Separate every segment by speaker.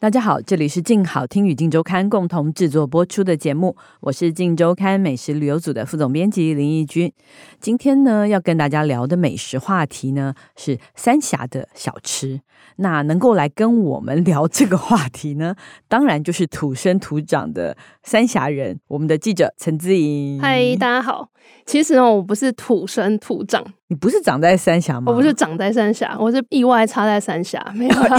Speaker 1: 大家好，这里是静好听与静周刊共同制作播出的节目，我是静周刊美食旅游组的副总编辑林义君。今天呢，要跟大家聊的美食话题呢是三峡的小吃。那能够来跟我们聊这个话题呢， 当然就是土生土长的三峡人，我们的记者陈姿莹。
Speaker 2: 嗨，大家好。其实哦，我不是土生土长，
Speaker 1: 你不是长在三峡吗？
Speaker 2: 我不是长在三峡，我是意外插在三 峡，没有
Speaker 1: 意外插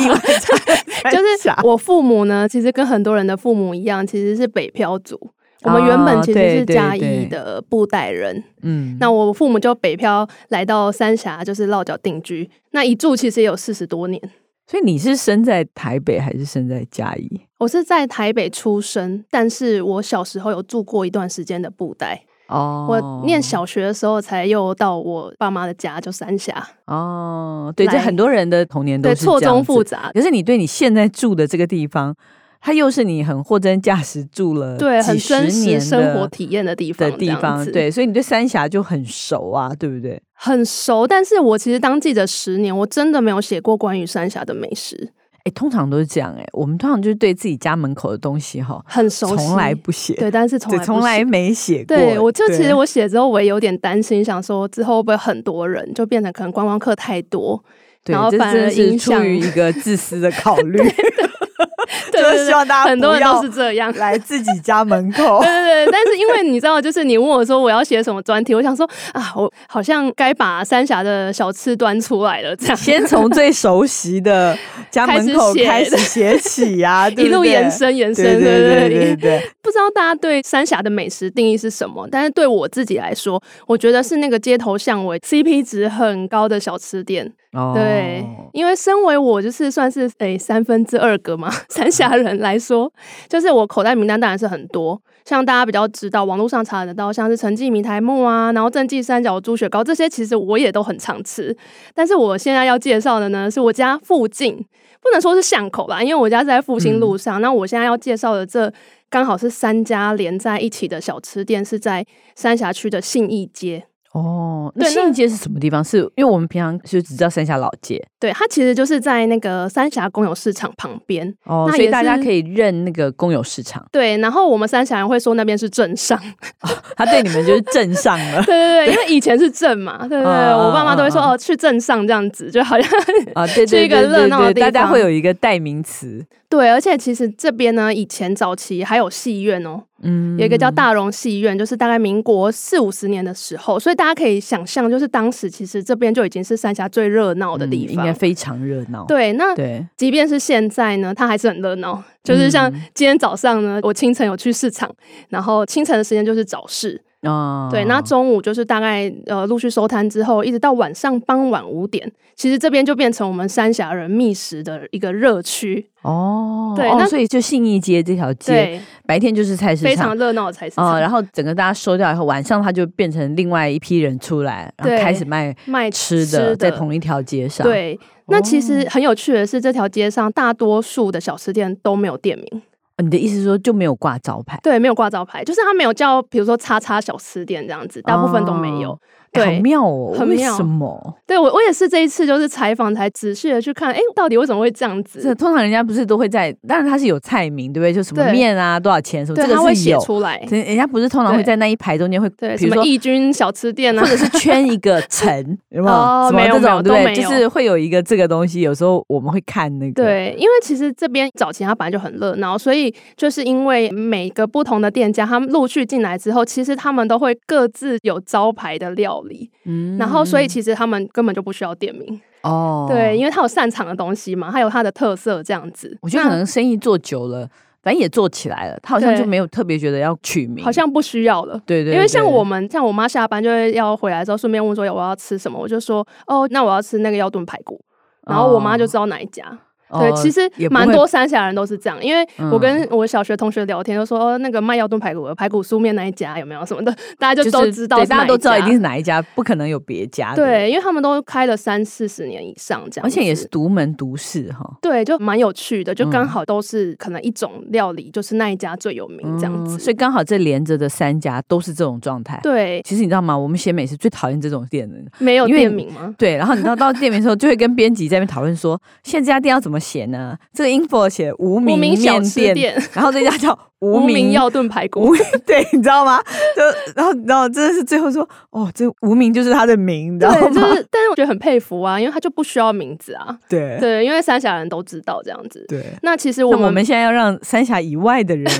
Speaker 1: 在三峡，
Speaker 2: 就是我父母呢，其实跟很多人的父母一样，其实是北漂族。我们原本其实
Speaker 1: 哦对
Speaker 2: 是
Speaker 1: 对
Speaker 2: 嘉
Speaker 1: 对
Speaker 2: 义的布袋人，
Speaker 1: 嗯，
Speaker 2: 那我父母就北漂来到三峡，就是落脚定居。那一住其实也有四十多年。
Speaker 1: 所以你是生在台北还是生在嘉义？
Speaker 2: 我是在台北出生，但是我小时候有住过一段时间的布袋。
Speaker 1: 哦
Speaker 2: 我念小学的时候才又到我爸妈的家，就三峡。
Speaker 1: 哦，对，这
Speaker 2: 来
Speaker 1: 很多人的童年都
Speaker 2: 对，
Speaker 1: 是
Speaker 2: 错
Speaker 1: 这样
Speaker 2: 综复
Speaker 1: 子。
Speaker 2: 杂，
Speaker 1: 可是你对你现在住的这个地方，它又是你很货真价实住了
Speaker 2: 对，很
Speaker 1: 几十
Speaker 2: 真实
Speaker 1: 年
Speaker 2: 生活
Speaker 1: 的
Speaker 2: 体验的地方
Speaker 1: 的地
Speaker 2: 这样
Speaker 1: 方，
Speaker 2: 子
Speaker 1: 对，所以你对三峡就很熟啊，对不对？
Speaker 2: 很熟。但是我其实当记者十年，我真的没有写过关于三峡的美食，
Speaker 1: 哎，通常都是这样哎，我们通常就是对自己家门口的东西哈，
Speaker 2: 很熟悉，
Speaker 1: 从来不写，
Speaker 2: 对，但是从
Speaker 1: 对，
Speaker 2: 来
Speaker 1: 从
Speaker 2: 不
Speaker 1: 来
Speaker 2: 写
Speaker 1: 没写过。
Speaker 2: 对，我就
Speaker 1: 对
Speaker 2: 其实我写之后，我也有点担心，想说之后会不会很多人就变成可能观光客太多，
Speaker 1: 对
Speaker 2: 然后
Speaker 1: 这
Speaker 2: 反
Speaker 1: 真
Speaker 2: 而
Speaker 1: 的是
Speaker 2: 影
Speaker 1: 出
Speaker 2: 响
Speaker 1: 于一个自私的考 虑，就
Speaker 2: 对
Speaker 1: 是
Speaker 2: 对
Speaker 1: 希望大家
Speaker 2: 很多
Speaker 1: 不
Speaker 2: 人都
Speaker 1: 要
Speaker 2: 是 这样。
Speaker 1: 来自己家门口
Speaker 2: 对。对对，但是因为你知道，就是你问我说我要写什么专题，我想说啊，我好像该把三峡的小吃端出来了，这样
Speaker 1: 先从最熟悉的家门口开
Speaker 2: 开
Speaker 1: 始
Speaker 2: 始
Speaker 1: 写起呀、 对
Speaker 2: 一
Speaker 1: 不
Speaker 2: 路
Speaker 1: 对
Speaker 2: 延，伸延伸，
Speaker 1: 对
Speaker 2: 对
Speaker 1: 对
Speaker 2: 对
Speaker 1: 对对，
Speaker 2: 不知道大家对三峡的美食定义是什么，但是对我自己来说，我觉得是那个街头巷尾 CP 值很高的小吃店。
Speaker 1: 哦
Speaker 2: 对，因为身为我就是算是诶、三分之二个嘛 三峡人来说，就是我口袋名单当然是很多。像大家比较知道，网络上查得到，像是陈记米苔木啊，然后正记三角猪雪糕这些，其实我也都很常吃。但是我现在要介绍的呢，是我家附近，不能说是巷口吧，因为我家是在复兴路上。那我现在要介绍的这刚好是三家连在一起的小吃店，是在三峡区的信义街。
Speaker 1: 哦，那
Speaker 2: 对那
Speaker 1: 信义街是什么地方？是因为我们平常就只知道三峡老街
Speaker 2: 对，它其实就是在那个三峡公有市场旁边。
Speaker 1: 哦，
Speaker 2: 那
Speaker 1: 所以
Speaker 2: 也
Speaker 1: 大家
Speaker 2: 是
Speaker 1: 可以认那个公有市场，
Speaker 2: 对，然后我们三峡人会说那边是镇上，
Speaker 1: 他对你们就是镇上了
Speaker 2: 对对对，因为以前是镇嘛，对对对，
Speaker 1: 嗯
Speaker 2: 我爸妈都会说
Speaker 1: 嗯嗯
Speaker 2: 哦去镇上这样子，就 好像
Speaker 1: 啊，对
Speaker 2: 是
Speaker 1: 对
Speaker 2: 一个
Speaker 1: 对对
Speaker 2: 热闹
Speaker 1: 对
Speaker 2: 的地
Speaker 1: 大家
Speaker 2: 方
Speaker 1: 会有一个代名词，
Speaker 2: 对，而且其实这边呢，以前早期还有戏院哦，
Speaker 1: 嗯
Speaker 2: 有一个叫大荣戏院，就是大概民国四五十年的时候，所以大家可以想象，就是当时其实这边就已经是三峡最热闹的
Speaker 1: 嗯
Speaker 2: 地
Speaker 1: 应
Speaker 2: 方。
Speaker 1: 该非常热闹，
Speaker 2: 对，那
Speaker 1: 对，
Speaker 2: 即便是现在呢，它还是很热闹。就是像
Speaker 1: 嗯
Speaker 2: 今天早上呢，我清晨有去市场，然后清晨的时间就是早市，
Speaker 1: 哦，
Speaker 2: 对，那中午就是大概呃陆续收摊之后，一直到晚上傍晚五点，其实这边就变成我们三峡人觅食的一个热区，
Speaker 1: 哦，
Speaker 2: 对
Speaker 1: 哦
Speaker 2: 那
Speaker 1: 所以就信义街这条街，
Speaker 2: 对，
Speaker 1: 白天就是菜市
Speaker 2: 非
Speaker 1: 场
Speaker 2: 常。热闹的菜市
Speaker 1: 哦，
Speaker 2: 场，
Speaker 1: 然后整个大家收掉以后，晚上他就变成另外一批人出来，然后
Speaker 2: 对
Speaker 1: 开始卖
Speaker 2: 卖
Speaker 1: 吃的，
Speaker 2: 的
Speaker 1: 在同一哦条街上。，
Speaker 2: 对。那其实很有趣的是，这条街上大多数的小吃店都没有店名，
Speaker 1: 哦你的意思是说就没有挂招牌，
Speaker 2: 对，没有挂招牌，就是它没有叫，比如说“叉叉小吃店”这样子，大部分都没有。
Speaker 1: 哦哎
Speaker 2: 对
Speaker 1: 好妙哦，
Speaker 2: 很
Speaker 1: 为
Speaker 2: 妙
Speaker 1: 什么？
Speaker 2: 对我，我也是这一次就是采访才仔细的去看，哎，到底为什么会这样
Speaker 1: 这
Speaker 2: 子？
Speaker 1: 通常人家不是都会在，当然它是有菜名，对不对？就什么
Speaker 2: 对
Speaker 1: 面啊，多少钱什么，
Speaker 2: 对，
Speaker 1: 这
Speaker 2: 他
Speaker 1: 个
Speaker 2: 会
Speaker 1: 是
Speaker 2: 写
Speaker 1: 有。
Speaker 2: 出来，
Speaker 1: 人人家不是通常会
Speaker 2: 对
Speaker 1: 在那一排中间会，
Speaker 2: 对，
Speaker 1: 比
Speaker 2: 什
Speaker 1: 如
Speaker 2: 么
Speaker 1: 说
Speaker 2: 义军小吃店啊
Speaker 1: 或，者是圈一个城，有没有？
Speaker 2: 哦
Speaker 1: 什么
Speaker 2: 没有
Speaker 1: 这
Speaker 2: 没有
Speaker 1: 种对不对？
Speaker 2: 都没
Speaker 1: 就
Speaker 2: 有
Speaker 1: 是会有一个这个东西，有时候我们会看那个。
Speaker 2: 对，因为其实这边早期它本来就很热闹，所以就是因为每个不同的店家，他们陆续进来之后，其实他们都会各自有招牌的料理，
Speaker 1: 嗯
Speaker 2: 然后所以其实他们根本就不需要店名，
Speaker 1: 哦，
Speaker 2: 对，因为它有擅长的东西嘛，它有它的特色这样子。
Speaker 1: 我觉得可
Speaker 2: 那
Speaker 1: 能生意做久了，反正也做起来了，他好像
Speaker 2: 对
Speaker 1: 就没有特别觉得要取名，
Speaker 2: 好像不需要了。
Speaker 1: 对对，
Speaker 2: 因为像
Speaker 1: 对
Speaker 2: 我们，像我妈下班就会要回来之后，顺便
Speaker 1: 哦
Speaker 2: 问说我要吃什么，我就说哦，那我要吃那个腰炖排骨，然后我妈就知道哪一家。对，其实
Speaker 1: 也不
Speaker 2: 蛮
Speaker 1: 会
Speaker 2: 多三峡人都是这样，因为
Speaker 1: 嗯
Speaker 2: 我跟我小学同学聊天，都说、哦、那个卖腰炖排骨的排骨酥面那一家有没有什么的，大家
Speaker 1: 就
Speaker 2: 就是都知道
Speaker 1: 对
Speaker 2: 是哪
Speaker 1: 大家都知道一
Speaker 2: 家
Speaker 1: 定是哪一家，不可能有别家的。，
Speaker 2: 对，因为他们都开了三四十年以上这样子，
Speaker 1: 而且也是独门独市哈。
Speaker 2: 对，就蛮有趣的，就
Speaker 1: 嗯
Speaker 2: 刚好都是可能一种料理，就是那一家最有名这样子。
Speaker 1: 嗯所以刚好这连着的三家都是这种状态。，
Speaker 2: 对，
Speaker 1: 其实你知道吗？我们写美食最讨厌这种店了。
Speaker 2: 没有
Speaker 1: 因为
Speaker 2: 店名吗？
Speaker 1: 对，然后你到到店名的时候，就会跟编辑在那边讨论说，现在这家店要怎么写呢？这个 info 写无名
Speaker 2: 无名小
Speaker 1: 面
Speaker 2: 吃店，
Speaker 1: 然后这家叫无
Speaker 2: 无名
Speaker 1: 名
Speaker 2: 药炖排骨
Speaker 1: 无。 对，你知道吗？就然后你知道，真的是最后说，哦，这无名就是他的名，你知道
Speaker 2: 对，就
Speaker 1: 吗？
Speaker 2: 是，但是我觉得很佩服啊，因为他就不需要名字啊，
Speaker 1: 对
Speaker 2: 对，因为三峡人都知道这样子。
Speaker 1: 对。
Speaker 2: 那其实
Speaker 1: 那我
Speaker 2: 我们
Speaker 1: 们现在要让三峡以外的人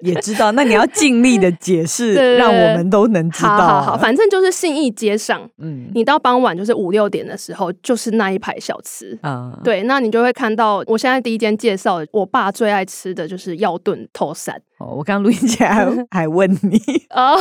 Speaker 1: 也知道，那你要尽力的解
Speaker 2: 对对
Speaker 1: 释，
Speaker 2: 对
Speaker 1: 让我们都能知道
Speaker 2: 好
Speaker 1: 啊。
Speaker 2: 好好，反正就是信义街上，
Speaker 1: 嗯
Speaker 2: 你到傍晚就是五六点的时候，就是那一排小吃。
Speaker 1: 啊，
Speaker 2: 对，那你就会看到，我现在第一间介绍，我爸最爱吃的就是药炖头散
Speaker 1: 哦我刚录音前还还问 你，
Speaker 2: 哦，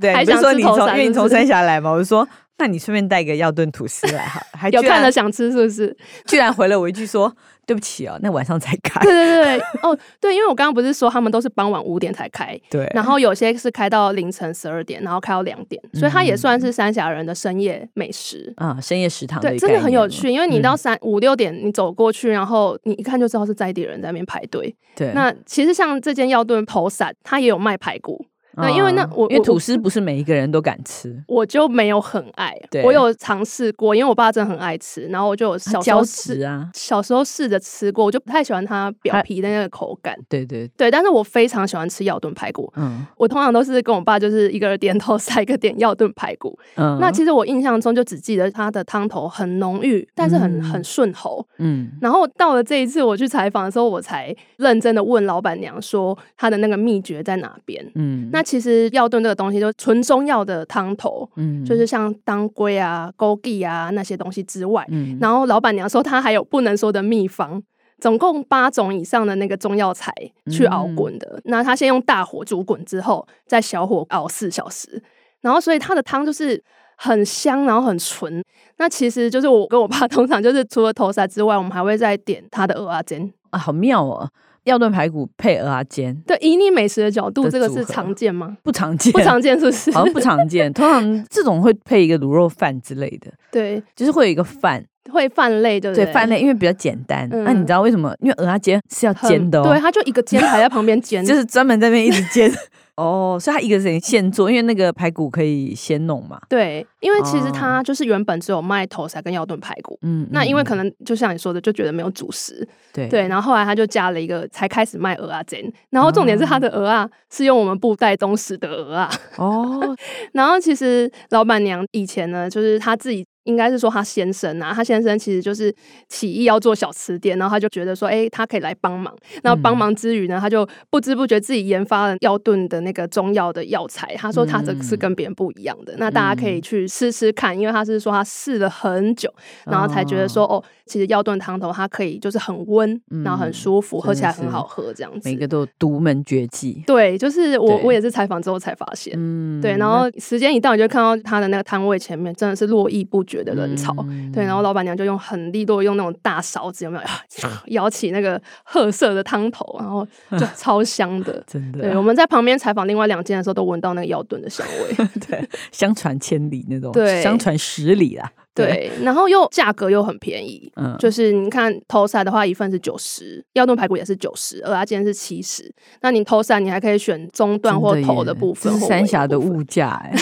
Speaker 1: 对，
Speaker 2: 还
Speaker 1: 你不是
Speaker 2: 想
Speaker 1: 说
Speaker 2: 吃
Speaker 1: 你
Speaker 2: 头
Speaker 1: 从
Speaker 2: 散
Speaker 1: 因为你
Speaker 2: 是不
Speaker 1: 从
Speaker 2: 是
Speaker 1: 三峡来嘛，我就说那你顺便带一个药炖吐司来 好，还
Speaker 2: 有
Speaker 1: 居
Speaker 2: 看
Speaker 1: 然
Speaker 2: 了想吃是不是？
Speaker 1: 居然回了我一句说对不起哦，那晚上才开，
Speaker 2: 对对对，哦，对，因为我刚刚不是说他们都是傍晚五点才开，
Speaker 1: 对，
Speaker 2: 然后有些是开到凌晨十二点，然后开到两点，所以它也算是三峡人的深夜美食。
Speaker 1: 啊深夜食堂
Speaker 2: 对，
Speaker 1: 一
Speaker 2: 真的
Speaker 1: 概
Speaker 2: 很
Speaker 1: 念
Speaker 2: 有
Speaker 1: 了，
Speaker 2: 趣，因为你到三五六点，你走过去，然后你一看就知道是在地人在那边排队。
Speaker 1: 对，
Speaker 2: 那其实像这间药炖头散，它也有卖排骨，那因为那
Speaker 1: 啊
Speaker 2: 我
Speaker 1: 因为
Speaker 2: 我
Speaker 1: 吐司不是每一个人都敢吃，
Speaker 2: 我就没有很爱
Speaker 1: 对，
Speaker 2: 我有尝试过，因为我爸真的很爱吃，然后我就有
Speaker 1: 它
Speaker 2: 小时
Speaker 1: 胶
Speaker 2: 候试
Speaker 1: 质，啊，
Speaker 2: 小时候试着吃过，我就不太喜欢它表皮的那个口感。
Speaker 1: 对对，
Speaker 2: 对，但是我非常喜欢吃药炖排骨。
Speaker 1: 嗯
Speaker 2: 我通常都是跟我爸就是一个点头 塞，一个点药炖排骨。
Speaker 1: 嗯，
Speaker 2: 那其实我印象中就只记得它的汤头很浓郁，但是很、很顺喉。
Speaker 1: 嗯
Speaker 2: 然后到了这一次我去采访的时候，我才认真的问老板娘说她的那个秘诀在哪边。
Speaker 1: 嗯
Speaker 2: 那其实药炖这个东西，就纯中药的汤头，
Speaker 1: 嗯
Speaker 2: 就是像当归啊、枸杞啊那些东西之外，
Speaker 1: 嗯
Speaker 2: 然后老板娘说她还有不能说的秘方，总共八种以上的那个中药材去熬
Speaker 1: 嗯
Speaker 2: 滚的。那她先用大火煮滚之后，再小火熬四小时，然后所以它的汤就是。很香，然后很纯。那其实就是我跟我爸 通常就是除了头沙之外，我们还会再点他的鹅啊煎。
Speaker 1: 啊好妙哦，药炖排骨配鹅啊煎
Speaker 2: 对，以你美食的角度，
Speaker 1: 的
Speaker 2: 这个
Speaker 1: 组
Speaker 2: 是
Speaker 1: 合
Speaker 2: 常 见吗？
Speaker 1: 不常见，
Speaker 2: 不常见，是不是？
Speaker 1: 好像不常见，通常这种会配一个卤肉饭之类的，
Speaker 2: 对，
Speaker 1: 就是会有一个饭，
Speaker 2: 会饭类，对不
Speaker 1: 对
Speaker 2: 对？
Speaker 1: 饭类，因为比较简单。那、你
Speaker 2: 嗯
Speaker 1: 知道为什么？因为鹅啊煎是要
Speaker 2: 很
Speaker 1: 煎的哦，
Speaker 2: 对，他就一个煎还在旁边 煎，
Speaker 1: 就是专门在那边一直煎。哦，所以它一个人现做，因为那个排骨可以先弄嘛。
Speaker 2: 对，因为其实
Speaker 1: 哦
Speaker 2: 他就是原本只有卖头塞跟腰炖排骨。
Speaker 1: 嗯，
Speaker 2: 那因为
Speaker 1: 嗯
Speaker 2: 可能就像你说的，就觉得没有主食，
Speaker 1: 对
Speaker 2: 对，然后后来他就加了一个，才开始卖鹅啊煎，然后重点是他的鹅啊是用我们布袋东石的鹅啊，
Speaker 1: 哦，
Speaker 2: 然后其实老板娘以前呢，就是她自己应该是说她先生啊，她先生其实就是起义要做小吃店，然后她就觉得说，哎、她可以来帮忙。然
Speaker 1: 嗯
Speaker 2: 后帮忙之余呢，她就不知不觉自己研发了药炖的那个中药的药材。她说她这
Speaker 1: 嗯
Speaker 2: 个是跟别人不一样的，那大家可以去试试看，因为她是说她试了很久，然后才觉得说，哦，其实药炖汤头它可以就是很温，然后很舒
Speaker 1: 嗯
Speaker 2: 服，
Speaker 1: 真的
Speaker 2: 喝起来
Speaker 1: 是
Speaker 2: 很好喝这样子
Speaker 1: 每。个都有独门绝技。
Speaker 2: 对，就是我
Speaker 1: 对
Speaker 2: 我也是采访之后才发现，
Speaker 1: 嗯
Speaker 2: 对，然后时间一到，你就看到他的那个摊位前面真的是络绎不绝的人潮。
Speaker 1: 嗯啊
Speaker 2: 对，然后老板娘就用很利落，用那种大勺子，有没有 舀起那个褐色的汤头，然后就超香的。
Speaker 1: 真的
Speaker 2: 对，我们在旁边采访另外两间的时候，都闻到那个药炖的香 味。
Speaker 1: 对，相传千里那种，
Speaker 2: 对
Speaker 1: 相传十里啦。
Speaker 2: 对，然后又价格又很便宜，
Speaker 1: 嗯，
Speaker 2: 就是你看头菜的话，一份是九十，药炖排骨也是九十，而它今天是七十。那你头菜你还可以选中段
Speaker 1: 真
Speaker 2: 或
Speaker 1: 耶
Speaker 2: 头的部分
Speaker 1: 这
Speaker 2: 或
Speaker 1: 是
Speaker 2: 尾
Speaker 1: 三峡的
Speaker 2: 部分。
Speaker 1: 物 价哎，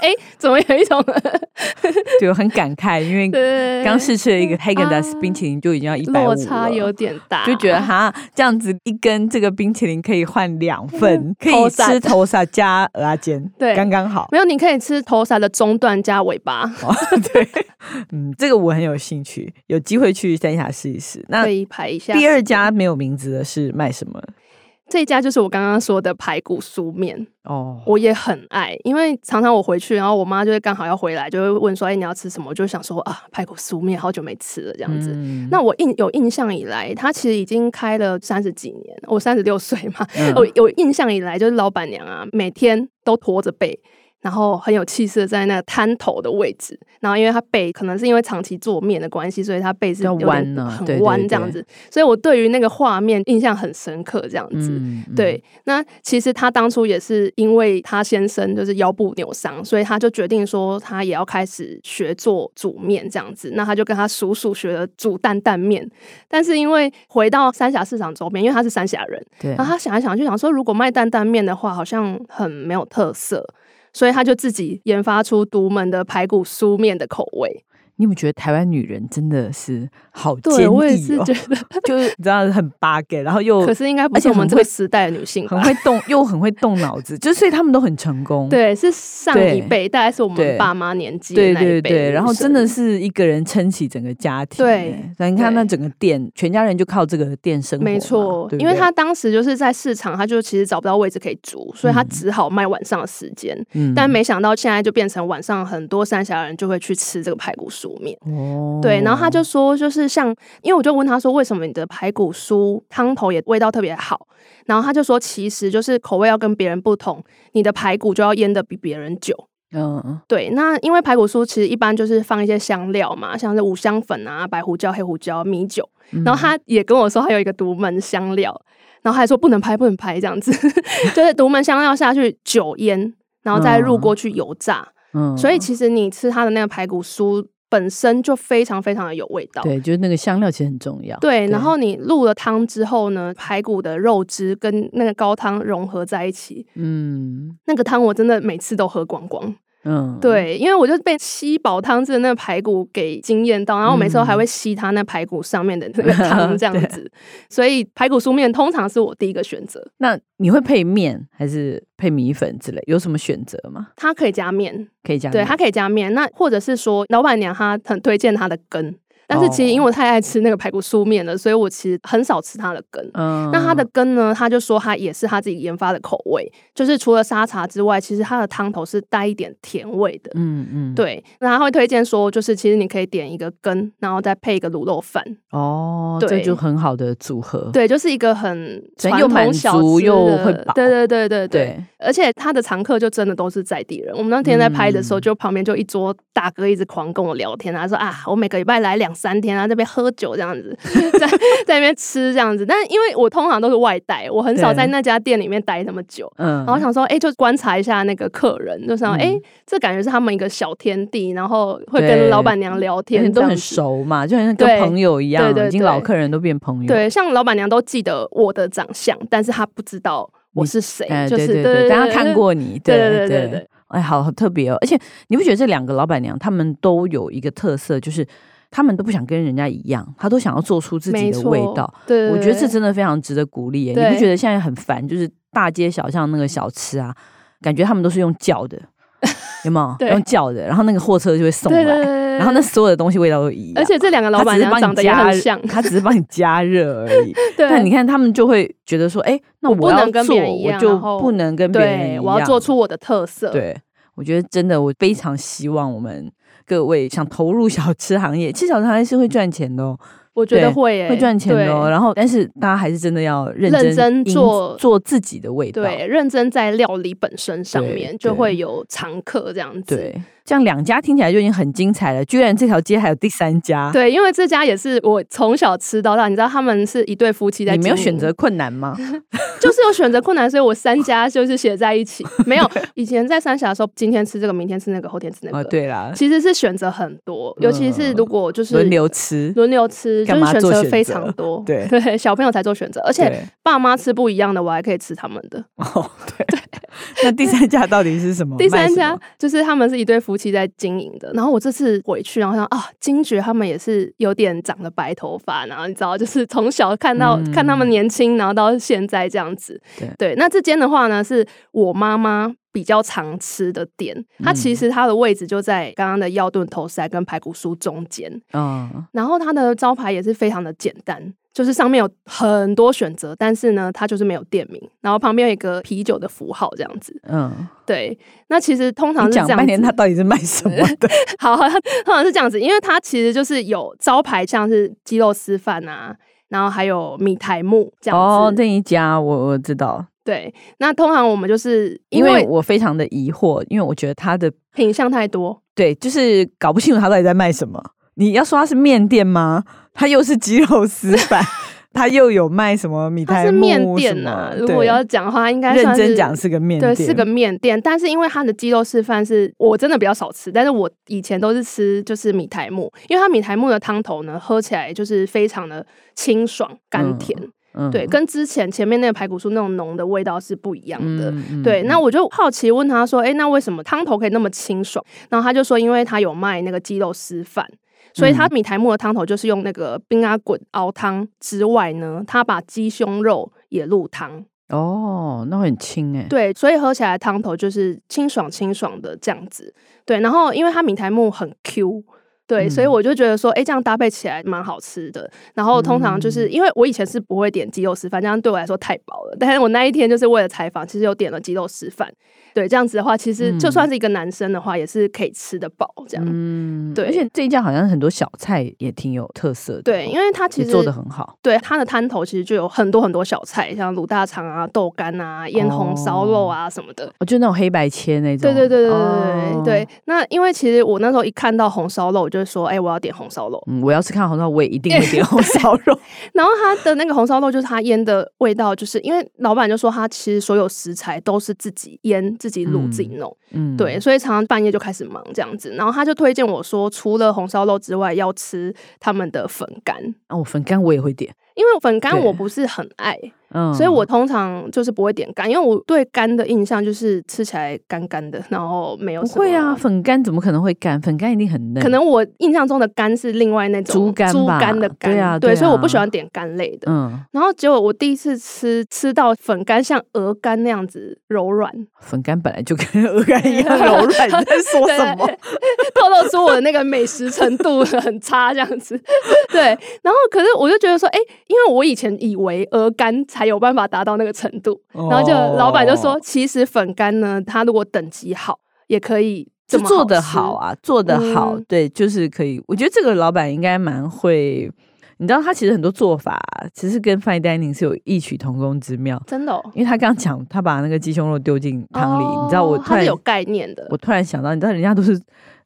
Speaker 2: 哎，怎么有一种
Speaker 1: 对，我很感慨，因为
Speaker 2: 对
Speaker 1: 刚试吃了一个 h a g e n d a s
Speaker 2: 啊
Speaker 1: 冰淇淋就已经要一百五
Speaker 2: 落
Speaker 1: 了，
Speaker 2: 差有点大，
Speaker 1: 就觉得哈，这样子一根这个冰淇淋可以换两份，可以
Speaker 2: 嗯头撒
Speaker 1: 吃头撒加鹅啊煎，
Speaker 2: 对
Speaker 1: 刚刚好。
Speaker 2: 没有，你可以吃头沙的中段加尾巴，
Speaker 1: 嗯，这个我很有兴趣，有机会去三峡试一试。那
Speaker 2: 可以排一下。
Speaker 1: 第二家没有名字的是卖什么？
Speaker 2: 这一家就是我刚刚说的排骨酥面，
Speaker 1: 哦，
Speaker 2: 我也很爱，因为常常我回去，然后我妈就会刚好要回来，就会问说：“哎，你要吃什么？”我就想说啊，排骨酥面好久没吃了这样子。
Speaker 1: 嗯
Speaker 2: 那我印有印象以来，它其实已经开了三十几年，我三十六岁嘛，
Speaker 1: 嗯
Speaker 2: 我有印象以来，就是老板娘啊，每天都驼着背。然后很有气势的站在那个摊头的位置，然后因为他背可能是因为长期做面的关系，所以他背是
Speaker 1: 比较
Speaker 2: 有点
Speaker 1: 弯啊对
Speaker 2: 很
Speaker 1: 对
Speaker 2: 弯
Speaker 1: 对
Speaker 2: 这样子，所以我对于那个画面印象很深刻，这样子。
Speaker 1: 嗯，嗯，
Speaker 2: 对，那其实她当初也是因为她先生就是腰部扭伤，所以她就决定说她也要开始学做煮面这样子。那她就跟她叔叔学了煮担担面，但是因为回到三峡市场周边，因为她是三峡人，
Speaker 1: 对
Speaker 2: 然后她想来想去想说，如果卖担担面的话，好像很没有特色。所以她就自己研发出独门的排骨酥面的口味，
Speaker 1: 你有没有觉得台湾女人真的是好坚毅
Speaker 2: 对
Speaker 1: 哦？
Speaker 2: 我也是觉 得，
Speaker 1: 就是你知道很八给，然后又
Speaker 2: 可是应该不
Speaker 1: 而
Speaker 2: 是
Speaker 1: 且
Speaker 2: 我们
Speaker 1: 很
Speaker 2: 这个
Speaker 1: 会
Speaker 2: 时代的女性吧
Speaker 1: 很？会动，又很会动脑子，就是所以他们都很成功。
Speaker 2: 对，是上一
Speaker 1: 对
Speaker 2: 辈，大概是我们
Speaker 1: 对
Speaker 2: 爸妈年纪的
Speaker 1: 对
Speaker 2: 那一
Speaker 1: 对
Speaker 2: 辈女
Speaker 1: 对，
Speaker 2: 生
Speaker 1: 然后真的是一个人撑起整个家庭。
Speaker 2: 对
Speaker 1: 欸，那你看
Speaker 2: 对
Speaker 1: 那整个店，全家人就靠这个店生活嘛。
Speaker 2: 没错，
Speaker 1: 对不
Speaker 2: 因为
Speaker 1: 对
Speaker 2: 他当时就是在市场，他就其实找不到位置可以租，所以他只好卖晚上的时间。
Speaker 1: 嗯
Speaker 2: 但没想到现在就变成晚上很多三峡人就会去吃这个排骨酥面。
Speaker 1: 哦
Speaker 2: 对，然后他就说，就是像，因为我就问他说，为什么你的排骨酥汤头也味道特别好？然后他就说，其实就是口味要跟别人不同，你的排骨就要腌的比别人久。
Speaker 1: 嗯
Speaker 2: 对，那因为排骨酥其实一般就是放一些香料嘛，像是五香粉啊、白胡椒、黑胡椒、米酒。
Speaker 1: 嗯
Speaker 2: 然后他也跟我说，他有一个独门香料，然后他还说不能拍，不能拍这样子， 就是独门香料下去酒腌，然后再入锅去油炸。
Speaker 1: 嗯
Speaker 2: 所以其实你吃它的那个排骨酥本身就非常非常的有味道。
Speaker 1: 嗯对，就是那个香料其实很重要。
Speaker 2: 对，然后你入了汤之后呢，排骨的肉汁跟那个高汤融合在一起，
Speaker 1: 嗯
Speaker 2: 那个汤我真的每次都喝光光。
Speaker 1: 嗯，
Speaker 2: 对，因为我就被吸饱汤汁的那个排骨给惊艳到，然后我每次都还会吸它那排骨上面的那个汤这样
Speaker 1: 嗯 对
Speaker 2: 子，所以排骨酥面通常是我第一个选择。
Speaker 1: 那你会配面还是配米粉之类？有什么选择吗？
Speaker 2: 它可以加面，
Speaker 1: 可以加
Speaker 2: 对，
Speaker 1: 面
Speaker 2: 它可以加面。那或者是说，老板娘她很推荐它的根，但是其实因为
Speaker 1: 哦
Speaker 2: 我太爱吃那个排骨酥面了，所以我其实很少吃它的根。
Speaker 1: 嗯，
Speaker 2: 那它的根呢？他就说它也是他自己研发的口味，就是除了沙茶之外，其实它的汤头是带一点甜味的。
Speaker 1: 嗯嗯
Speaker 2: 对，那他会推荐说，就是其实你可以点一个羹，然后再配一个卤肉饭，
Speaker 1: 哦，这
Speaker 2: 对
Speaker 1: 就很好的组合。
Speaker 2: 对，就是一个很
Speaker 1: 所以
Speaker 2: 传
Speaker 1: 又满
Speaker 2: 统小
Speaker 1: 足
Speaker 2: 吃
Speaker 1: 又
Speaker 2: 的
Speaker 1: 会饱
Speaker 2: 对对对对对。
Speaker 1: 对
Speaker 2: 而且他的常客就真的都是在地人。我们那天在拍的时候，
Speaker 1: 嗯
Speaker 2: 就旁边就一桌大哥一直狂跟我聊天，他说啊，我每个礼拜来两三天啊，在那边喝酒这样子， 在在那边吃这样子。但因为我通常都是外带，我很少
Speaker 1: 对
Speaker 2: 在那家店里面待那么久。
Speaker 1: 嗯，
Speaker 2: 然后想说，哎、就观察一下那个客人，就想，哎、这感觉是他们一个小天地，然后会
Speaker 1: 对
Speaker 2: 跟老板娘聊
Speaker 1: 而且
Speaker 2: 天，
Speaker 1: 哎都
Speaker 2: 这样
Speaker 1: 很
Speaker 2: 子。
Speaker 1: 熟嘛，就好像跟
Speaker 2: 对
Speaker 1: 朋友一样，
Speaker 2: 对对
Speaker 1: 已经老
Speaker 2: 对
Speaker 1: 客人都变朋友。
Speaker 2: 对，像老板娘都记得我的长相，但是她不知道我是谁
Speaker 1: 哎，，
Speaker 2: 就是
Speaker 1: 对对，大家看，过你，
Speaker 2: 对
Speaker 1: 对
Speaker 2: 对对对对
Speaker 1: 哎，好好特别哦！而且你不觉得这两个老板娘她们都有一个特色，就是她们都不想跟人家一样，她都想要做出自己
Speaker 2: 没
Speaker 1: 的
Speaker 2: 错
Speaker 1: 味道。。
Speaker 2: 对，对
Speaker 1: 我觉得这
Speaker 2: 对
Speaker 1: 真的非常值得鼓励耶！
Speaker 2: 对
Speaker 1: 你不觉得现在很烦，就是大街小巷那个小吃啊，感觉他们都是用叫的，有没有？
Speaker 2: 对
Speaker 1: 用叫的，然后那个货车就会送
Speaker 2: 对对对
Speaker 1: 来，
Speaker 2: 对，
Speaker 1: 然后那所有的东西味道都一样。
Speaker 2: 而且这两个老
Speaker 1: 她
Speaker 2: 板
Speaker 1: 只是
Speaker 2: 娘
Speaker 1: 帮
Speaker 2: 长
Speaker 1: 你
Speaker 2: 得也
Speaker 1: 加
Speaker 2: 很
Speaker 1: 热
Speaker 2: 像，
Speaker 1: 她只是帮你加热而已。但你
Speaker 2: 对。
Speaker 1: 看，他们就会觉得说，哎、那
Speaker 2: 我不
Speaker 1: 我要
Speaker 2: 能跟
Speaker 1: 做，
Speaker 2: 别人一
Speaker 1: 我
Speaker 2: 样
Speaker 1: 就
Speaker 2: 然后
Speaker 1: 不能跟别人一
Speaker 2: 对，
Speaker 1: 样，
Speaker 2: 我要做出我的特色。，
Speaker 1: 对。我觉得真的，我非常希望我们各位想投入小吃行业，其实小吃行业是会赚钱的哦，
Speaker 2: 我觉
Speaker 1: 对
Speaker 2: 得会耶，
Speaker 1: 会赚钱的哦。
Speaker 2: 对。
Speaker 1: 然后，但是大家还是真的要认
Speaker 2: 认
Speaker 1: 真
Speaker 2: 真
Speaker 1: 营
Speaker 2: 做
Speaker 1: 做自己的味道。
Speaker 2: 对，认真在料理本身上
Speaker 1: 对
Speaker 2: 面
Speaker 1: 对
Speaker 2: 就会有常客这样子。
Speaker 1: 对，这样两家听起来就已经很精彩了，居然这条街还有第三家，
Speaker 2: 对，因为这家也是我从小吃到大，你知道他们是一对夫妻在
Speaker 1: 你没有
Speaker 2: 经
Speaker 1: 选
Speaker 2: 营
Speaker 1: 择困难 吗？
Speaker 2: 就是有选择困难，所以我三家就是写在一起。没 有以前在三峡的时候，今天吃这个，明天吃那个，后天吃那个。
Speaker 1: 啊，，对啦，
Speaker 2: 其实是选择很多，尤其是如果就是
Speaker 1: 轮流吃，
Speaker 2: 轮流吃，就
Speaker 1: 干
Speaker 2: 是
Speaker 1: 嘛
Speaker 2: 选
Speaker 1: 做
Speaker 2: 择
Speaker 1: 选
Speaker 2: 非
Speaker 1: 择
Speaker 2: 常多。
Speaker 1: 对
Speaker 2: 对，小朋友才做选择，而且
Speaker 1: 对
Speaker 2: 爸妈吃不一样的，我还可以吃他们的。
Speaker 1: 哦，对。那第三家到底是什么？
Speaker 2: 第三
Speaker 1: 哦卖什么
Speaker 2: 家就是他们是一对夫妻在经营的，然后我这次回去，然后想啊，惊觉他们也是有点长了白头发，然后你知道，就是从小看到、
Speaker 1: 嗯
Speaker 2: 看他们年轻，然后到现在这样子。
Speaker 1: 对
Speaker 2: 那这间的话呢，是我妈妈。比较常吃的店，它
Speaker 1: 嗯
Speaker 2: 其实它的位置就在刚刚的药炖头塞跟排骨酥中间，
Speaker 1: 嗯，
Speaker 2: 然后它的招牌也是非常的简单，就是上面有很多选择，但是呢，它就是没有店名，然后旁边有一个啤酒的符号这样子。
Speaker 1: 嗯，
Speaker 2: 对，那其实通常
Speaker 1: 你
Speaker 2: 是这
Speaker 1: 讲
Speaker 2: 样子。
Speaker 1: 半天他到底是 卖什么的？
Speaker 2: 好，通常是这样子，因为它其实就是有招牌，像是鸡肉丝饭啊，然后还有米苔木这样子。
Speaker 1: 哦哦，那一家我我知道，
Speaker 2: 对，那通常我们就是
Speaker 1: 因
Speaker 2: 因
Speaker 1: 为
Speaker 2: 为
Speaker 1: 我非常的疑惑，因为我觉得它的
Speaker 2: 品相太多，
Speaker 1: 对，就是搞不清楚它到底在卖什么。你要说它是面店吗？它又是鸡肉 丝饭，它又有卖什么米
Speaker 2: 它
Speaker 1: 苔
Speaker 2: 是
Speaker 1: 木
Speaker 2: 面店
Speaker 1: 什么
Speaker 2: 呐、
Speaker 1: 对
Speaker 2: 如果要讲的话，应该
Speaker 1: 认
Speaker 2: 算
Speaker 1: 真
Speaker 2: 是
Speaker 1: 讲是个面
Speaker 2: 对
Speaker 1: 店，
Speaker 2: 是个面店，但是因为它的鸡肉示范是我真的比较少吃，但是我以前都是吃就是米苔木，因为它米苔木的汤头呢，喝起来就是非常的清爽甘
Speaker 1: 嗯
Speaker 2: 甜，
Speaker 1: 嗯
Speaker 2: 对，跟之前前面那个排骨酥那种浓的味道是不一样的。
Speaker 1: 嗯嗯
Speaker 2: 对，那我就好奇问他说：“哎、那为什么汤头可以那么清爽？”然后他就说：“因为他有卖那个鸡肉丝饭，所以他
Speaker 1: 嗯
Speaker 2: 米苔木的汤头就是用那个冰阿滚熬汤之外呢，他把鸡胸肉也入汤，
Speaker 1: 哦，那会很轻哎、
Speaker 2: 对，所以喝起来的汤头就是清爽清爽的这样子。对，然后因为它米苔木很 Q。对，所以
Speaker 1: 嗯
Speaker 2: 我就觉得说，哎、这样搭配起来蛮好吃的。然后通常就是、
Speaker 1: 嗯
Speaker 2: 因为我以前是不会点鸡肉丝饭，这样对我来说太饱了。但是我那一天就是为了采访，其实有点了鸡肉丝饭。对，这样子的话，其实就
Speaker 1: 嗯
Speaker 2: 算是一个男生的话，也是可以吃得饱这样。
Speaker 1: 嗯
Speaker 2: 对
Speaker 1: 而且这一家好像很多小菜也挺有特色的哦，
Speaker 2: 对，因为它其
Speaker 1: 也
Speaker 2: 实
Speaker 1: 做的很好。
Speaker 2: 对它的摊头其实就有很多很多小菜，像卤大肠啊、豆干啊、腌红烧肉啊什么的。
Speaker 1: 哦，就那种黑白切那种。
Speaker 2: 对对对对对
Speaker 1: 哦
Speaker 2: 对对、那因为其实我那时候一看到红烧肉，我就说，哎、我要点红烧肉。
Speaker 1: 嗯，我要是看红烧，我也一定会点红烧 肉。
Speaker 2: 然后它的那个红烧肉就是它腌的味道，就是因为老板就说他其实所有食材都是自己腌、自己卤、
Speaker 1: 嗯
Speaker 2: 自己弄，
Speaker 1: 嗯，
Speaker 2: 对，，所以常常半夜就开始忙这样子。然后他就推荐我说，除了红烧肉之外，要吃他们的粉干，
Speaker 1: 哦，粉干我也会点，
Speaker 2: 因为粉干
Speaker 1: 对
Speaker 2: 我不是很爱，
Speaker 1: 嗯，
Speaker 2: 所以我通常就是不会点干，因为我对干的印象就是吃起来干干的，然后没有
Speaker 1: 不
Speaker 2: 什么
Speaker 1: 会啊，粉干怎么可能会干？粉干一定很嫩，
Speaker 2: 可能我印象中的干是另外那
Speaker 1: 嗯
Speaker 2: 种
Speaker 1: 猪肝
Speaker 2: 猪
Speaker 1: 吧
Speaker 2: 肝的肝，
Speaker 1: 对啊对啊
Speaker 2: 所以我不喜欢点干类的。
Speaker 1: 嗯，
Speaker 2: 然后结果我第一次吃吃到粉干像鹅肝那样子柔软，
Speaker 1: 粉干本来就跟鹅肝一样柔软，你在说什么？
Speaker 2: 透露出我的那个美食程度很差这样子。 对，然后可是我就觉得说，哎、因为我以前以为鹅肝才有办法达到那个程度，然后就
Speaker 1: 哦
Speaker 2: 老板就说，其实粉干呢，它如果等级好，也可以这
Speaker 1: 是
Speaker 2: 么
Speaker 1: 做
Speaker 2: 的
Speaker 1: 的好啊，做的好，
Speaker 2: 嗯
Speaker 1: 对，就是可以。我觉得这个老板应该蛮会，你知道他其实很多做法其实跟 fine dining 是有异曲同工之妙。
Speaker 2: 真的哦、
Speaker 1: 因为他刚讲，他把那个鸡胸肉丢进汤里，你知道我
Speaker 2: 哦
Speaker 1: 突
Speaker 2: 它
Speaker 1: 然
Speaker 2: 是有概念的
Speaker 1: 我，突然想到，你知道人家都是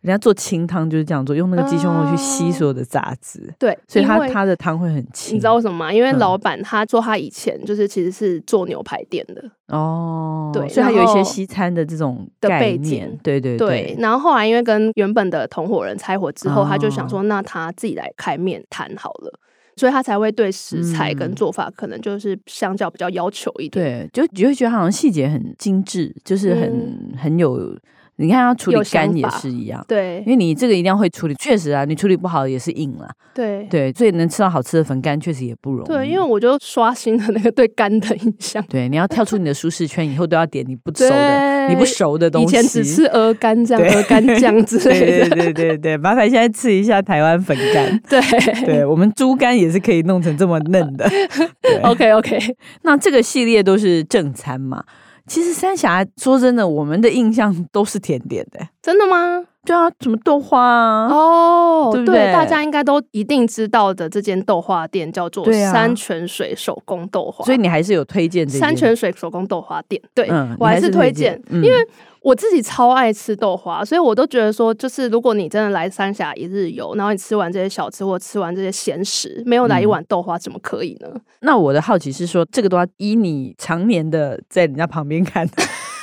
Speaker 1: 人家做清汤就是这样做，用那个鸡胸肉去吸所有的杂质，
Speaker 2: 对，
Speaker 1: 所以
Speaker 2: 因
Speaker 1: 它
Speaker 2: 为
Speaker 1: 它的汤会很清。
Speaker 2: 你知道为什么吗？因为
Speaker 1: 嗯
Speaker 2: 老板他说他以前就是其实是做牛排店的，
Speaker 1: 哦，
Speaker 2: 对
Speaker 1: 所以它
Speaker 2: 然
Speaker 1: 有一些
Speaker 2: 后
Speaker 1: 西餐的这种
Speaker 2: 的
Speaker 1: 概
Speaker 2: 背
Speaker 1: 念
Speaker 2: 景
Speaker 1: 对对
Speaker 2: 对。然后后来因为跟原本的同伙人拆伙之后，
Speaker 1: 哦
Speaker 2: 他就想说，那他自己来开面摊好了，所以他才会对食材跟
Speaker 1: 嗯
Speaker 2: 做法可能就是相较比较要求一点。
Speaker 1: 对，就你会觉得它好像细节很精致，就是很、很有。你看它处理
Speaker 2: 嗯有想
Speaker 1: 干也
Speaker 2: 法
Speaker 1: 是一样，因
Speaker 2: 对
Speaker 1: 为你这个一定要会处理，确实啊，你处理不好也是硬啦。
Speaker 2: 对对
Speaker 1: 对，所以能吃到好吃的粉干确实也不容易。
Speaker 2: 对，因为我就刷新了那个对干的印象。
Speaker 1: 对你要跳出你的舒适圈，以后都要点你不熟的、你不
Speaker 2: 对
Speaker 1: 熟的东
Speaker 2: 以
Speaker 1: 西。
Speaker 2: 前只吃鹅肝酱、
Speaker 1: 对
Speaker 2: 鹅肝酱之类
Speaker 1: 对
Speaker 2: 的，
Speaker 1: 对对对对，麻烦现在吃一下台湾粉干
Speaker 2: 。对
Speaker 1: 对我们猪肝也是可以弄成这么嫩的。对
Speaker 2: OK OK，
Speaker 1: 那这个系列都是正餐嘛？其实三峡说真的，我们的印象都是甜点的、
Speaker 2: 真的吗？
Speaker 1: 对啊，什么豆花啊，
Speaker 2: 哦，
Speaker 1: 对不对
Speaker 2: 大家应该都一定知道的，这间豆花店叫做
Speaker 1: 对啊
Speaker 2: 山泉水手工豆花，
Speaker 1: 所以你还是有推荐这
Speaker 2: 哦山
Speaker 1: 件
Speaker 2: 泉水手工豆花店，对、
Speaker 1: 嗯
Speaker 2: 我还
Speaker 1: 你
Speaker 2: 是
Speaker 1: 还是推
Speaker 2: 推
Speaker 1: 荐
Speaker 2: 荐，
Speaker 1: 嗯
Speaker 2: 因为我自己超爱吃豆花，所以我都觉得说，就是如果你真的来三峡一日游，然后你吃完这些小吃或吃完这些咸食，没有来
Speaker 1: 嗯
Speaker 2: 一碗豆花，怎么可以呢？
Speaker 1: 那我的好奇是说，这个都要依你常年的在人家旁边 看，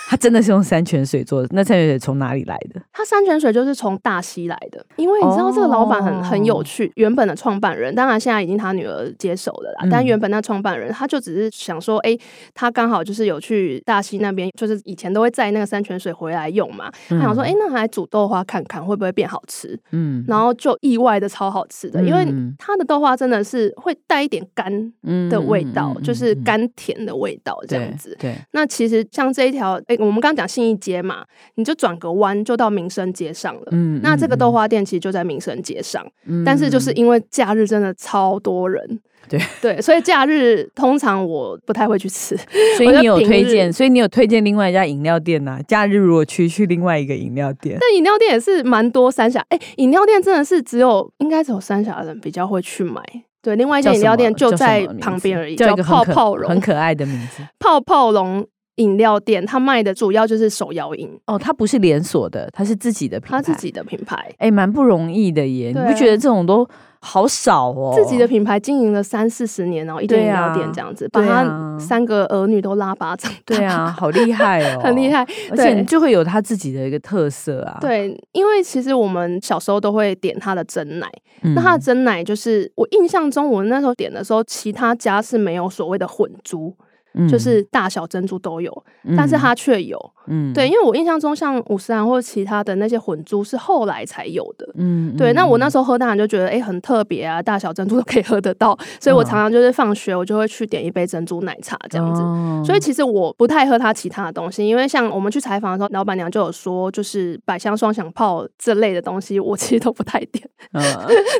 Speaker 1: 它真的是用山泉水做的？那山泉水从哪里来的？
Speaker 2: 它山泉水就是从大溪来的，因为你知道这个老板很、
Speaker 1: 哦
Speaker 2: 很有趣，原本的创办人，当然现在已经他女儿接手了啦，
Speaker 1: 嗯
Speaker 2: 但原本那创办人他就只是想说，哎、他刚好就是有去大溪那边，就是以前都会载那个山泉水回来用嘛，他想说，哎、那来煮豆花看看会不会变好吃，
Speaker 1: 嗯
Speaker 2: 然后就意外的超好吃的，因为
Speaker 1: 嗯
Speaker 2: 它的豆花真的是会带一点干
Speaker 1: 嗯
Speaker 2: 的味道，
Speaker 1: 嗯嗯
Speaker 2: 就是
Speaker 1: 嗯嗯
Speaker 2: 甘甜的味道这样子，
Speaker 1: 对，对
Speaker 2: 那其实像这一条，哎、我们刚刚讲信义街嘛，你就转个弯就到民生街上了。
Speaker 1: 嗯
Speaker 2: 那这个豆
Speaker 1: 花，
Speaker 2: 花店其实就在民生街上，
Speaker 1: 嗯
Speaker 2: 但是就是因为假日真的超多人，
Speaker 1: 对
Speaker 2: 对，所以假日通常我不太会去吃。
Speaker 1: 所以
Speaker 2: 我就
Speaker 1: 你有
Speaker 2: 平
Speaker 1: 推
Speaker 2: 日
Speaker 1: 荐，所以你有推荐另外一家饮料店呐、假日如果去去另外一个饮料店，
Speaker 2: 但饮料店也是蛮多三峡，哎、饮料店真的是只有应该只有三峡的人比较会去买，对，另外一
Speaker 1: 叫
Speaker 2: 间饮
Speaker 1: 什
Speaker 2: 料
Speaker 1: 么
Speaker 2: 店就
Speaker 1: 叫什
Speaker 2: 在
Speaker 1: 么名
Speaker 2: 旁
Speaker 1: 字
Speaker 2: 边而已，
Speaker 1: 叫一个很
Speaker 2: 泡
Speaker 1: 可
Speaker 2: 泡龙
Speaker 1: 很可爱的名 字。
Speaker 2: 泡泡龙饮料店，它卖的主要就是手摇饮，
Speaker 1: 哦，它不是连锁的，它是自己的品牌。
Speaker 2: 它自己的品牌，
Speaker 1: 哎，蛮不容易的耶，你
Speaker 2: 对
Speaker 1: 不
Speaker 2: 啊
Speaker 1: 觉得这种都好少哦？
Speaker 2: 自己的品牌经营了三四十年，然后一间
Speaker 1: 对
Speaker 2: 饮
Speaker 1: 啊
Speaker 2: 料店这样子，把
Speaker 1: 对
Speaker 2: 他
Speaker 1: 啊
Speaker 2: 三个儿女都拉拔长大，
Speaker 1: 对啊，好厉害哦，
Speaker 2: 很厉。害。
Speaker 1: 而且
Speaker 2: 对
Speaker 1: 你就会有它自己的一个特色啊。，
Speaker 2: 对，因为其实我们小时候都会点他的真奶，
Speaker 1: 嗯
Speaker 2: 那他的真奶就是我印象中，我那时候点的时候，其他家是没有所谓的混珠，
Speaker 1: 嗯
Speaker 2: 就是大小珍珠都有，
Speaker 1: 嗯
Speaker 2: 但是它却有。
Speaker 1: 嗯
Speaker 2: 对，因为我印象中像五十兰或其他的那些混珠是后来才有的。
Speaker 1: 嗯
Speaker 2: 对，那我那
Speaker 1: 时
Speaker 2: 时候喝当然就觉得哎、诶很特别啊，大小珍珠都可以喝得到，所以我常常就是放学我就会去点一杯珍珠奶茶这样子。
Speaker 1: 子
Speaker 2: 所以其实我不太喝它其他的东西，因为像我们去采访的时候，老板娘就有说，就是百香双响炮这类的东西，我其实都不太点。
Speaker 1: 嗯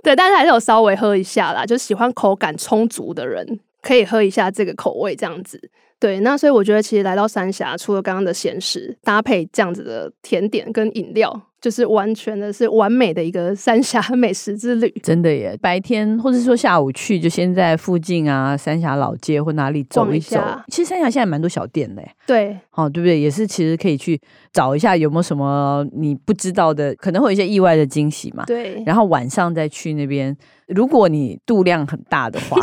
Speaker 2: 对，但是还是有稍微喝一下啦，就是喜欢口感充足的人可以喝一下这个口味这样子。对，那所以我觉得其实来到三峡，除了刚刚的咸食搭配这样子的甜点跟饮料，就是完全的是完美的一个三峡美食之旅。
Speaker 1: 真的耶，白天或者说下午去，就先在附近啊三峡老街或哪里走
Speaker 2: 逛一
Speaker 1: 走
Speaker 2: 下。
Speaker 1: 其实三峡现在蛮多小店的耶，
Speaker 2: 对
Speaker 1: 哦，对不对？也是其实可以去找一下有没有什么你不知道的，可能会有一些意外的惊喜嘛。
Speaker 2: 对
Speaker 1: 然后晚上再去那边，如果你肚量很大的 话，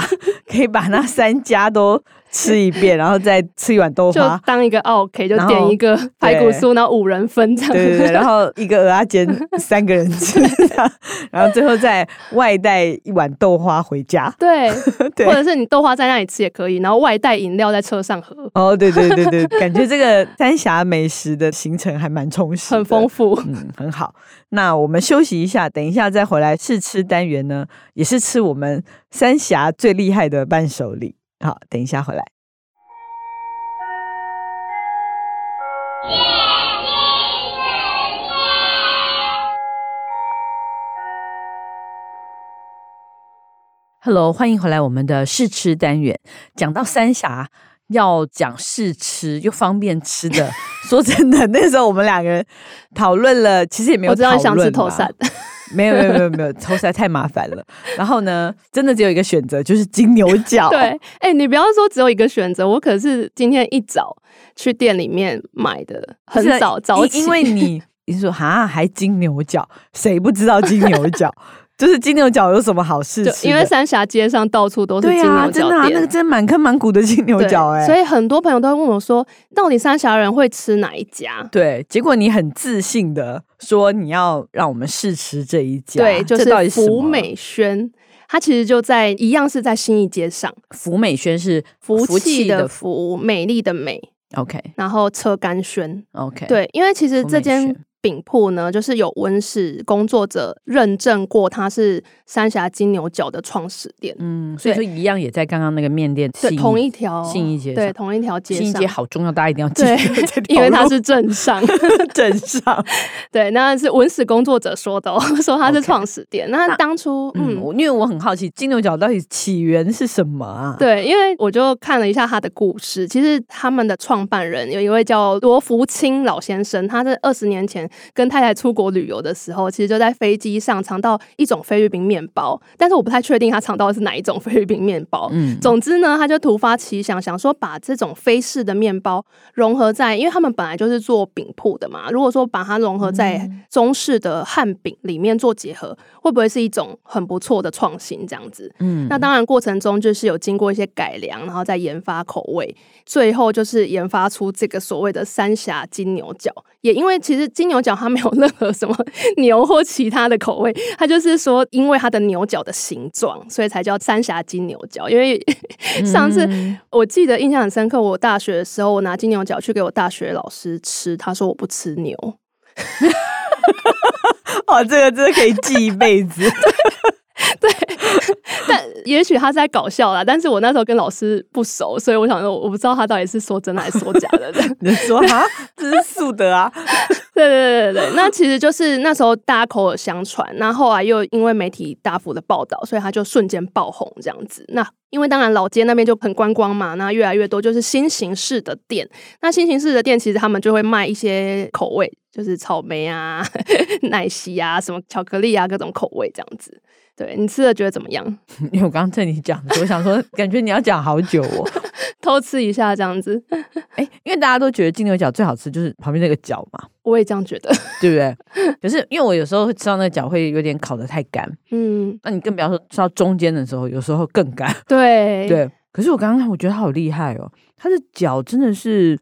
Speaker 1: 可以把那三家都吃一遍，然后再吃一碗豆
Speaker 2: 就
Speaker 1: 花。
Speaker 2: 当一个 OK，就
Speaker 1: 然
Speaker 2: 点
Speaker 1: 后
Speaker 2: 一个排骨
Speaker 1: 对
Speaker 2: 酥，然后五人分这样。
Speaker 1: 对对对，然后一个鹅阿煎三个人吃，这样然后最后再外带一碗豆花回家。
Speaker 2: 对，
Speaker 1: 对
Speaker 2: 或，者是你豆花在那里吃也可以，然后外带饮料在车上喝，
Speaker 1: 哦，对对对对，感觉这个 三峡美食的行程还蛮充实，
Speaker 2: 很丰
Speaker 1: 富。
Speaker 2: 富。
Speaker 1: 嗯，很好。那我们休息一下，等一下再回来试吃单元呢，也是吃我们三峡最厉害的伴手礼。好，等一下回来。Hello，欢迎回来我们的试吃单元。讲到三峡，要讲试吃又方便吃的。说真的， 那时候我们两个人讨论了，其实也没有
Speaker 2: 我知道你
Speaker 1: 讨
Speaker 2: 想吃
Speaker 1: 论
Speaker 2: 头
Speaker 1: 啦
Speaker 2: 散，
Speaker 1: 没有没有没有没有，抽实在太麻烦了。然后呢，真的只有一个选择，就是金牛角。
Speaker 2: 对，哎、你不要说只有一个选择，我可是今天一早去店里面买的，很
Speaker 1: 是啊
Speaker 2: 早
Speaker 1: 因
Speaker 2: 早起，
Speaker 1: 因为你你说哈还金牛角，谁不知道金牛角？就是金牛角有什么好事
Speaker 2: 就
Speaker 1: 吃的？
Speaker 2: 因为三峡街上到处都是金
Speaker 1: 对
Speaker 2: 牛
Speaker 1: 啊，
Speaker 2: 角
Speaker 1: 真的啊，那
Speaker 2: 店
Speaker 1: 个真满坑满谷的金牛
Speaker 2: 对
Speaker 1: 角哎、
Speaker 2: 所以很多朋友都会问我说，到底三峡人会吃哪一家？
Speaker 1: 对，结果你很自信的说你要让我们试吃这一家，
Speaker 2: 对，就
Speaker 1: 这到底
Speaker 2: 是
Speaker 1: 是什
Speaker 2: 福
Speaker 1: 么
Speaker 2: 美轩，它其实就在一样是在新义街上，
Speaker 1: 福美轩是
Speaker 2: 福气的
Speaker 1: 的
Speaker 2: 福，美丽的美，
Speaker 1: ，OK
Speaker 2: 然后车甘轩，
Speaker 1: OK，，
Speaker 2: 对，因为其实
Speaker 1: 福
Speaker 2: 这
Speaker 1: 美
Speaker 2: 间
Speaker 1: 轩
Speaker 2: 饼铺呢，就是有温室工作者认证过，它是三峡金牛角的创始店。
Speaker 1: 嗯，所以说
Speaker 2: 对
Speaker 1: 一样也在刚刚那个面店，
Speaker 2: 对，同一条
Speaker 1: 信义街
Speaker 2: 对，
Speaker 1: 上
Speaker 2: 同一条街
Speaker 1: 新一
Speaker 2: 上
Speaker 1: 节，好重要，大家一定要记
Speaker 2: 对
Speaker 1: 得 这条路，
Speaker 2: 因为它是镇上，
Speaker 1: 镇上。
Speaker 2: 对，那是文史工作者说的哦， 说它是
Speaker 1: OK
Speaker 2: 创始店。那
Speaker 1: 那
Speaker 2: 当初，
Speaker 1: 嗯，
Speaker 2: 嗯，
Speaker 1: 我因为我很好奇金牛角到底起源是什么啊？，
Speaker 2: 对，因为我就看了一下他的故事，其实他们的创办人有一位叫罗福清老先生，他在二十年前跟太太出国旅游的时候，其实就在飞机上尝到一种菲律宾面包，但是我不太确定他尝到的是哪一种菲律宾面包。
Speaker 1: 嗯，
Speaker 2: 总之呢，他就突发奇想，想说把这种菲式的面包融合在，因为他们本来就是做饼铺的嘛。如果说把它融合在中式的汉饼里面做结合，会不会是一种很不错的创新？这样子，
Speaker 1: 嗯
Speaker 2: 那当然，过程中就是有经过一些改良，然后再研发口味，最后就是研发出这个所谓的三峡金牛角。也因为其实金牛角它没有任何什么牛或其他的口味，它就是说因为它的牛角的形状，所以才叫三峡金牛角。因为上次我记得印象很深刻，我大学的时候，我拿金牛角去给我大学老师吃，他说我不吃牛，
Speaker 1: 哦，这个真的可以记一辈 子。
Speaker 2: 但也许他是在搞笑啦。但是我那时候跟老师不熟，所以我想说，我不知道他到底是说真的还是说假的。
Speaker 1: 你说啊，这是素的啊，
Speaker 2: 对对对对对，那其实就是那时候大家口耳相传，那后来又因为媒体大幅的报道，所以他就瞬间爆红这样子。那因为当然老街那边就很观光嘛，那越来越多就是新形式的店。那新形式的店其实他们就会卖一些口味，就是草莓啊、 奶昔啊、什么巧克力啊各种口味这样子。对你吃了觉得怎么样？
Speaker 1: 因为我刚刚趁你讲的时候，我想说，感觉你要讲好久哦。
Speaker 2: 偷吃一下这样子，
Speaker 1: 哎、因为大家都觉得金牛角最好吃就是旁边那个角嘛，
Speaker 2: 我也这样觉得。
Speaker 1: 对不对？ 可是因为我有时候会吃到那个角会有点烤的太干，
Speaker 2: 嗯，
Speaker 1: 那你更不要说吃到中间的时候，有时候更干。
Speaker 2: 对，
Speaker 1: 对，可是我刚刚我觉得它好厉害哦，它的脚真的是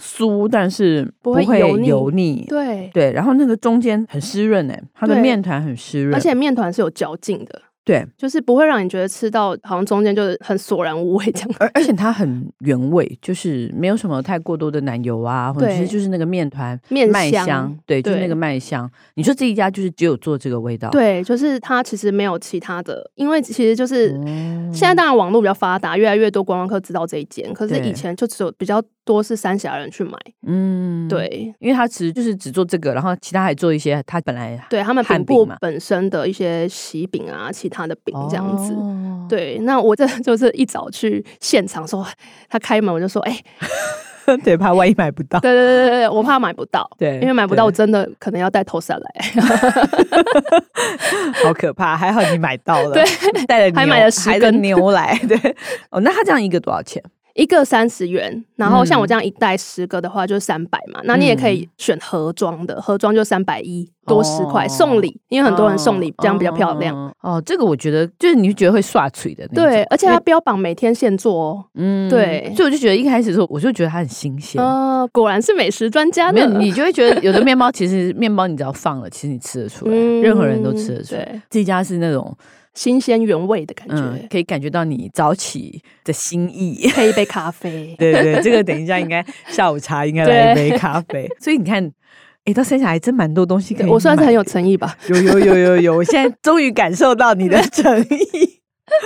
Speaker 1: 酥，但是
Speaker 2: 不
Speaker 1: 不
Speaker 2: 会
Speaker 1: 会
Speaker 2: 油腻
Speaker 1: 油腻。
Speaker 2: 对，
Speaker 1: 对，然后那个中间很湿润诶，它的
Speaker 2: 对
Speaker 1: 面团很湿润，
Speaker 2: 而且面团是有嚼劲的。
Speaker 1: 对，
Speaker 2: 就是不会让你觉得吃到好像中间就是很索然无味这样。
Speaker 1: 而而且它很原味，就是没有什么太过多的奶油啊，或者
Speaker 2: 对
Speaker 1: 是就是那个面团
Speaker 2: 面
Speaker 1: 麦
Speaker 2: 香
Speaker 1: 对，就是
Speaker 2: 对
Speaker 1: 那个麦香。你说这一家就是只有做这个味道，
Speaker 2: 对，就是它其实没有其他的，因为其实就是、
Speaker 1: 嗯，
Speaker 2: 现在当然网络比较发达，越来越多观光客知道这一间，可是
Speaker 1: 对
Speaker 2: 以前就只有比较多是三峡人去买。
Speaker 1: 嗯，，
Speaker 2: 对，
Speaker 1: 因为它其实就是只做这个，然后其他还做一些它本来
Speaker 2: 对他们
Speaker 1: 汉
Speaker 2: 本
Speaker 1: 饼
Speaker 2: 部
Speaker 1: 嘛
Speaker 2: 本身的一些喜饼啊，其他的饼这样子。
Speaker 1: 哦
Speaker 2: 对，那我这 就是一早去现场说，他开门我就说，哎、
Speaker 1: 对，怕万一买不到。
Speaker 2: 对对对对对，我怕买不到，
Speaker 1: 对
Speaker 2: 因为买不到，
Speaker 1: 对
Speaker 2: 我真的可能要带头伞来。
Speaker 1: 好可怕！还好你买到了，
Speaker 2: 对，
Speaker 1: 带了牛
Speaker 2: 还买了十
Speaker 1: 还
Speaker 2: 根
Speaker 1: 牛来，对。哦，那它这样一个多少钱？
Speaker 2: 一个三十元，然后像我
Speaker 1: 嗯
Speaker 2: 这样一袋十个的话就是三百嘛，那你也可以选盒装的，盒装就三百一，多十块、
Speaker 1: 哦
Speaker 2: 送礼，因为很多人送礼、这样比较漂亮。
Speaker 1: 哦。哦，这个我觉得就是你觉得会刷嘴的那种
Speaker 2: 对，而且
Speaker 1: 因
Speaker 2: 它
Speaker 1: 为
Speaker 2: 标榜每天现做哦。
Speaker 1: 嗯
Speaker 2: 对
Speaker 1: 所以我就觉得一开始的时候，我就觉得它很新鲜。
Speaker 2: 呃，果然是美食专家
Speaker 1: 没有，
Speaker 2: 呢。
Speaker 1: 你就会觉得有的面包其实面包你只要放了，其实你吃得出来，
Speaker 2: 嗯
Speaker 1: 任何人都吃得出来
Speaker 2: 对。
Speaker 1: 这家是那种
Speaker 2: 新鲜原味的感觉，
Speaker 1: 嗯，可以感觉到你早起的心意。。
Speaker 2: 配一杯咖啡
Speaker 1: 对对，这个等一下应该下午茶应该来一杯咖 啡。所以你看，诶，到三峡还真蛮多东西可以
Speaker 2: 对
Speaker 1: 买。
Speaker 2: 我算是很有诚意吧？
Speaker 1: 有有有有有，我现在终于感受到你的诚意。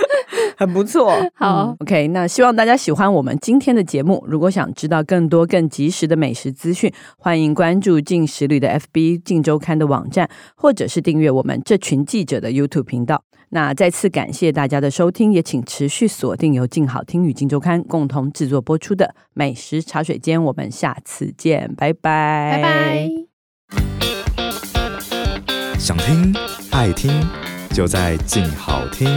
Speaker 1: 很不 错，
Speaker 2: 好
Speaker 1: 嗯 OK，那希望大家喜欢我们今天的节目。如果想知道更多更及时的美食资讯，欢迎关注《进食旅》的 FB、《进周刊》的网站，或者是订阅我们这群记者的 YouTube 频道。那再次感谢大家的收听，也请持续锁定由静好听与静周刊共同制作播出的《美食茶水间》，我们下次见，拜拜，
Speaker 2: 拜拜。
Speaker 3: 想听爱听，就在静好听。